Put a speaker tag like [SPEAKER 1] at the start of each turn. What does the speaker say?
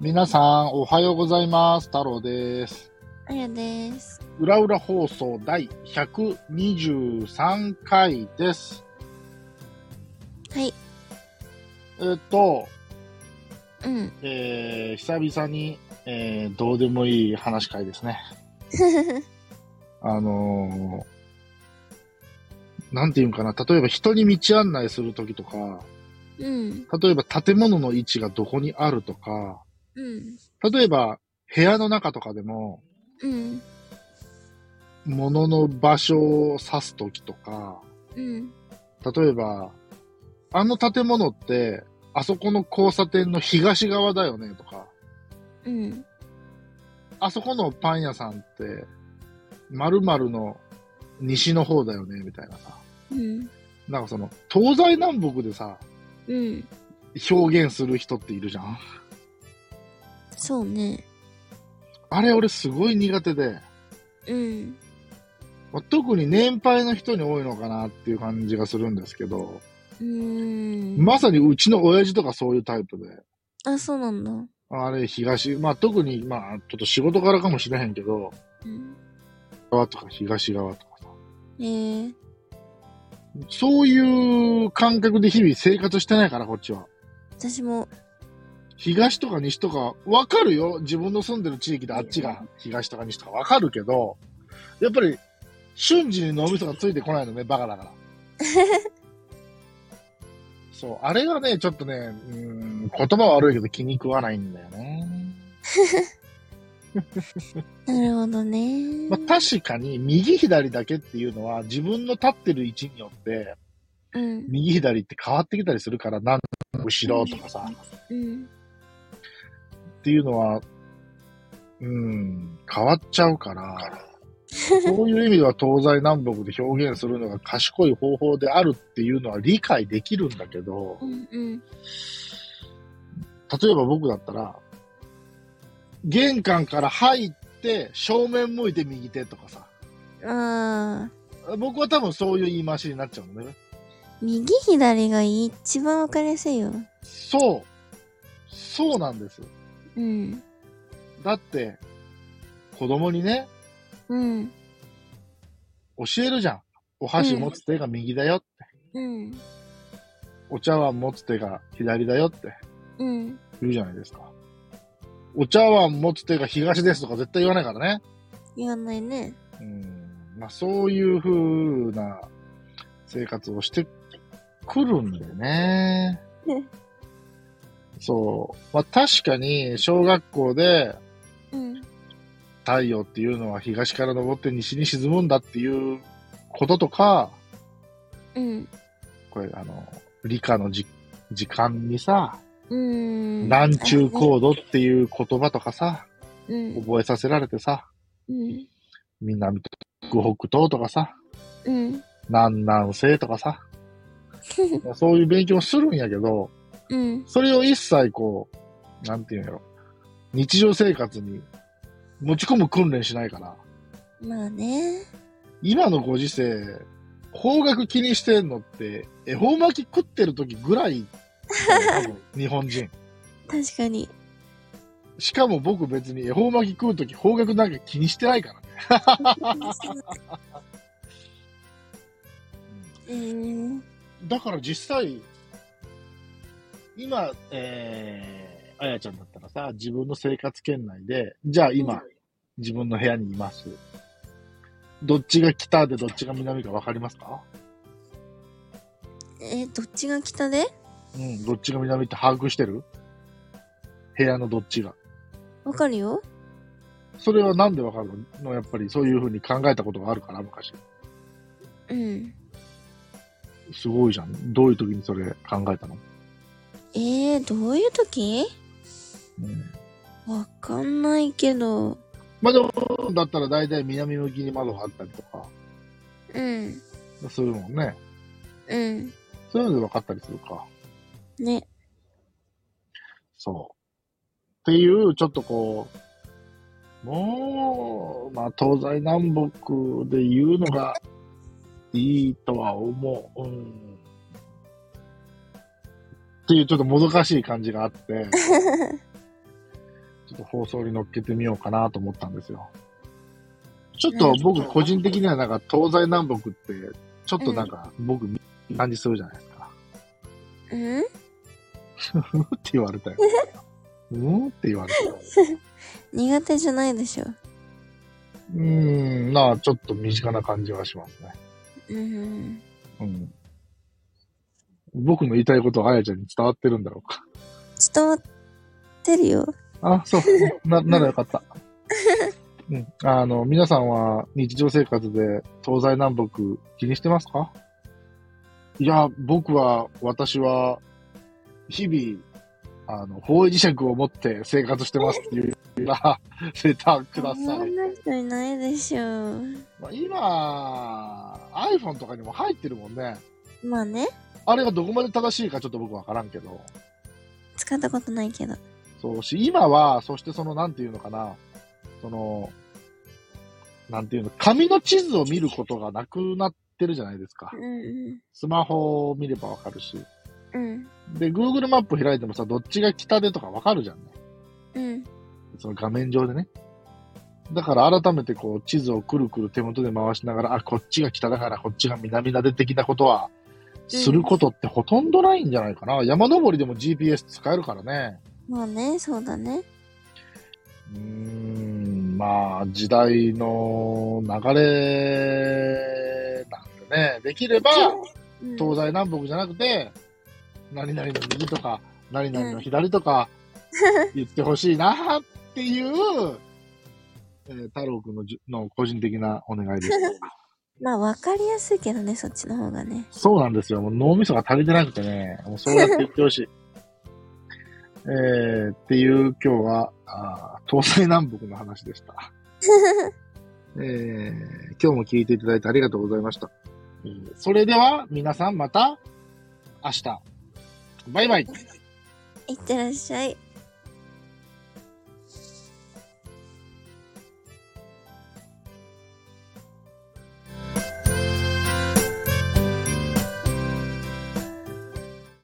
[SPEAKER 1] 皆さん、おはようございます。太郎です。
[SPEAKER 2] あやです。
[SPEAKER 1] 裏裏放送第123回です。
[SPEAKER 2] はい。
[SPEAKER 1] えっと、
[SPEAKER 2] うん。
[SPEAKER 1] えー、久々に、えー、どうでもいい話会ですね。あのー、なんていうんかな、例えば人に道案内するときとか、
[SPEAKER 2] うん。
[SPEAKER 1] 例えば建物の位置がどこにあるとか、
[SPEAKER 2] うん。
[SPEAKER 1] 例えば部屋の中とかでも、
[SPEAKER 2] うん。
[SPEAKER 1] 物の場所を指すときとか、
[SPEAKER 2] うん。
[SPEAKER 1] 例えば、あの建物って、あそこの交差点の東側だよねとか、
[SPEAKER 2] うん。
[SPEAKER 1] あそこのパン屋さんって、〇〇の西の方だよねみたいなさ。
[SPEAKER 2] うん。
[SPEAKER 1] なんかその、東西南北でさ、
[SPEAKER 2] うん。
[SPEAKER 1] 表現する人っているじゃん
[SPEAKER 2] そうね。
[SPEAKER 1] あれ俺すごい苦手で、
[SPEAKER 2] うん。
[SPEAKER 1] まあ特に年配の人に多いのかなっていう感じがするんですけど、
[SPEAKER 2] うーん。
[SPEAKER 1] まさにうちの親父とかそういうタイプで、
[SPEAKER 2] あ、そうなんだ。
[SPEAKER 1] あれ東、まあ特に、まあちょっと仕事からかもしれへんけど、
[SPEAKER 2] うん。
[SPEAKER 1] 側とか東側とかさ、
[SPEAKER 2] えー。
[SPEAKER 1] そういう感覚で日々生活してないから、こっちは。
[SPEAKER 2] 私も、
[SPEAKER 1] 東とか西とか、わかるよ。自分の住んでる地域であっちが東とか西とかわかるけど、やっぱり瞬時に脳みそがついてこないのね、バカだから。そう、あれがね、ちょっとね、うーん、言葉は悪いけど気に食わないんだよね。
[SPEAKER 2] なるほどね。
[SPEAKER 1] まあ、確かに右左だけっていうのは自分の立ってる位置によって、
[SPEAKER 2] うん。
[SPEAKER 1] 右左って変わってきたりするから、なん後ろとかさ、
[SPEAKER 2] うん。
[SPEAKER 1] っていうのは、うん、変わっちゃうから、そういう意味では東西南北で表現するのが賢い方法であるっていうのは理解できるんだけど
[SPEAKER 2] う、ん。うん。
[SPEAKER 1] 例えば僕だったら、玄関から入って正面向いて右手とかさ、
[SPEAKER 2] あー。
[SPEAKER 1] 僕は多分そういう言い回しになっちゃうのね。
[SPEAKER 2] 右左が一番わかりやすいよ。
[SPEAKER 1] そう、そうなんです。
[SPEAKER 2] うん。
[SPEAKER 1] だって、子供にね、
[SPEAKER 2] うん。
[SPEAKER 1] 教えるじゃん。お箸持つ手が右だよって、
[SPEAKER 2] うん。
[SPEAKER 1] お茶碗持つ手が左だよって。
[SPEAKER 2] うん。
[SPEAKER 1] 言うじゃないですか。お茶碗持つ手が東ですとか絶対言わないからね。
[SPEAKER 2] 言わないね。
[SPEAKER 1] うん。まあそういう風な生活をしてくるんでね
[SPEAKER 2] ね。
[SPEAKER 1] そう。まあ確かに小学校で
[SPEAKER 2] うん。
[SPEAKER 1] 太陽っていうのは東から昇って西に沈むんだっていうこととか、
[SPEAKER 2] うん。
[SPEAKER 1] これあの、理科のじ時間にさ、
[SPEAKER 2] うん。
[SPEAKER 1] 南中高度っていう言葉とかさ、
[SPEAKER 2] うん。
[SPEAKER 1] 覚えさせられてさ、
[SPEAKER 2] うん。
[SPEAKER 1] 南と北東とかさ、
[SPEAKER 2] うん。
[SPEAKER 1] 南南西とかさ、そういう勉強するんやけど、
[SPEAKER 2] うん。
[SPEAKER 1] それを一切こう、なんていうんやろ、日常生活に持ち込む訓練しないから、
[SPEAKER 2] まあね。
[SPEAKER 1] 今のご時世、方角気にしてんのって、恵方巻き食ってる時ぐらい、多分 日本人。
[SPEAKER 2] 確かに。
[SPEAKER 1] しかも僕別に恵方巻き食う時方角なんか気にしてないからね。
[SPEAKER 2] えー、
[SPEAKER 1] だから実際、今、えー、あやちゃんだったらさ、自分の生活圏内で、じゃあ今、自分の部屋にいます。どっちが北でどっちが南か分かりますか
[SPEAKER 2] えーどっちが北で
[SPEAKER 1] うん、どっちが南って把握してる部屋のどっちが。
[SPEAKER 2] わかるよ。
[SPEAKER 1] それはなんで分かるのやっぱりそういうふうに考えたことがあるから、昔。
[SPEAKER 2] うん。
[SPEAKER 1] すごいじゃん。どういう時にそれ考えたの、
[SPEAKER 2] えー、どういう時
[SPEAKER 1] うん、
[SPEAKER 2] わかんないけど。
[SPEAKER 1] まあでも、だったら大体南向きに窓があったりとか、
[SPEAKER 2] うん。
[SPEAKER 1] するもんね。
[SPEAKER 2] うん。
[SPEAKER 1] そういうので分かったりするか。
[SPEAKER 2] ね。
[SPEAKER 1] そう。っていう、ちょっとこう、もう、まあ、東西南北で言うのがいいとは思う。うん。っていう、ちょっともどかしい感じがあって。ちょっと放送に乗っけてみようかなと思ったんですよ。ちょっと僕個人的にはなんか東西南北って、ちょっとなんか僕、感じするじゃないですか。
[SPEAKER 2] うん
[SPEAKER 1] うんって言われたよ。うんって言われたよ。
[SPEAKER 2] 苦手じゃないでしょ。
[SPEAKER 1] うーん、まあちょっと身近な感じはしますね。
[SPEAKER 2] うん。
[SPEAKER 1] うん。僕の言いたいことはあやちゃんに伝わってるんだろうか。
[SPEAKER 2] 伝わってるよ。
[SPEAKER 1] あ、そう。な、ならよか った。うん。あの、皆さんは日常生活で東西南北気にしてますかいや、僕は、私は、日々、あの、方位磁石を持って生活してますっていうよう なレターくださ
[SPEAKER 2] そ
[SPEAKER 1] い
[SPEAKER 2] ん。な人いないでしょ。
[SPEAKER 1] まあ今、iPhone とかにも入ってるもんね。
[SPEAKER 2] まあね、
[SPEAKER 1] あれがどこまで正しいかちょっと僕わからんけど。
[SPEAKER 2] 使ったことないけど。
[SPEAKER 1] そうし、今は、そしてその、なんていうのかな、その、なんていうの、紙の地図を見ることがなくなってるじゃないですか
[SPEAKER 2] う。ん
[SPEAKER 1] スマホを見ればわかるし。
[SPEAKER 2] うん。うん。
[SPEAKER 1] で、Google マップ開いてもさ、どっちが北でとかわかるじゃんね。
[SPEAKER 2] うん。
[SPEAKER 1] その画面上でね。だから改めてこう、地図をくるくる手元で回しながら、あ、こっちが北だから、こっちが南だで的なことは、することってほとんどないんじゃないかな。山登りでも GPS 使えるからね。
[SPEAKER 2] まあね、そうだね。
[SPEAKER 1] うーんまあ、時代の流れなんでね、できれば、
[SPEAKER 2] うん
[SPEAKER 1] 東西南北じゃなくて、何々の右とか、何々の左とか、言ってほしいなっていう、えー太郎くんのじの個人的なお 願いです。
[SPEAKER 2] まあ、わかりやすいけどね、そっちの方が ね。
[SPEAKER 1] そうなんですよ。もう脳みそが足りてなくてね、もうそうやって言ってほし い。えー、っていう今日はあー、東西南北の話でした。えー、今日も聞いていただいてありがとうございました。えーそれでは皆さんまた明日。バイバイ。
[SPEAKER 2] いってらっしゃい。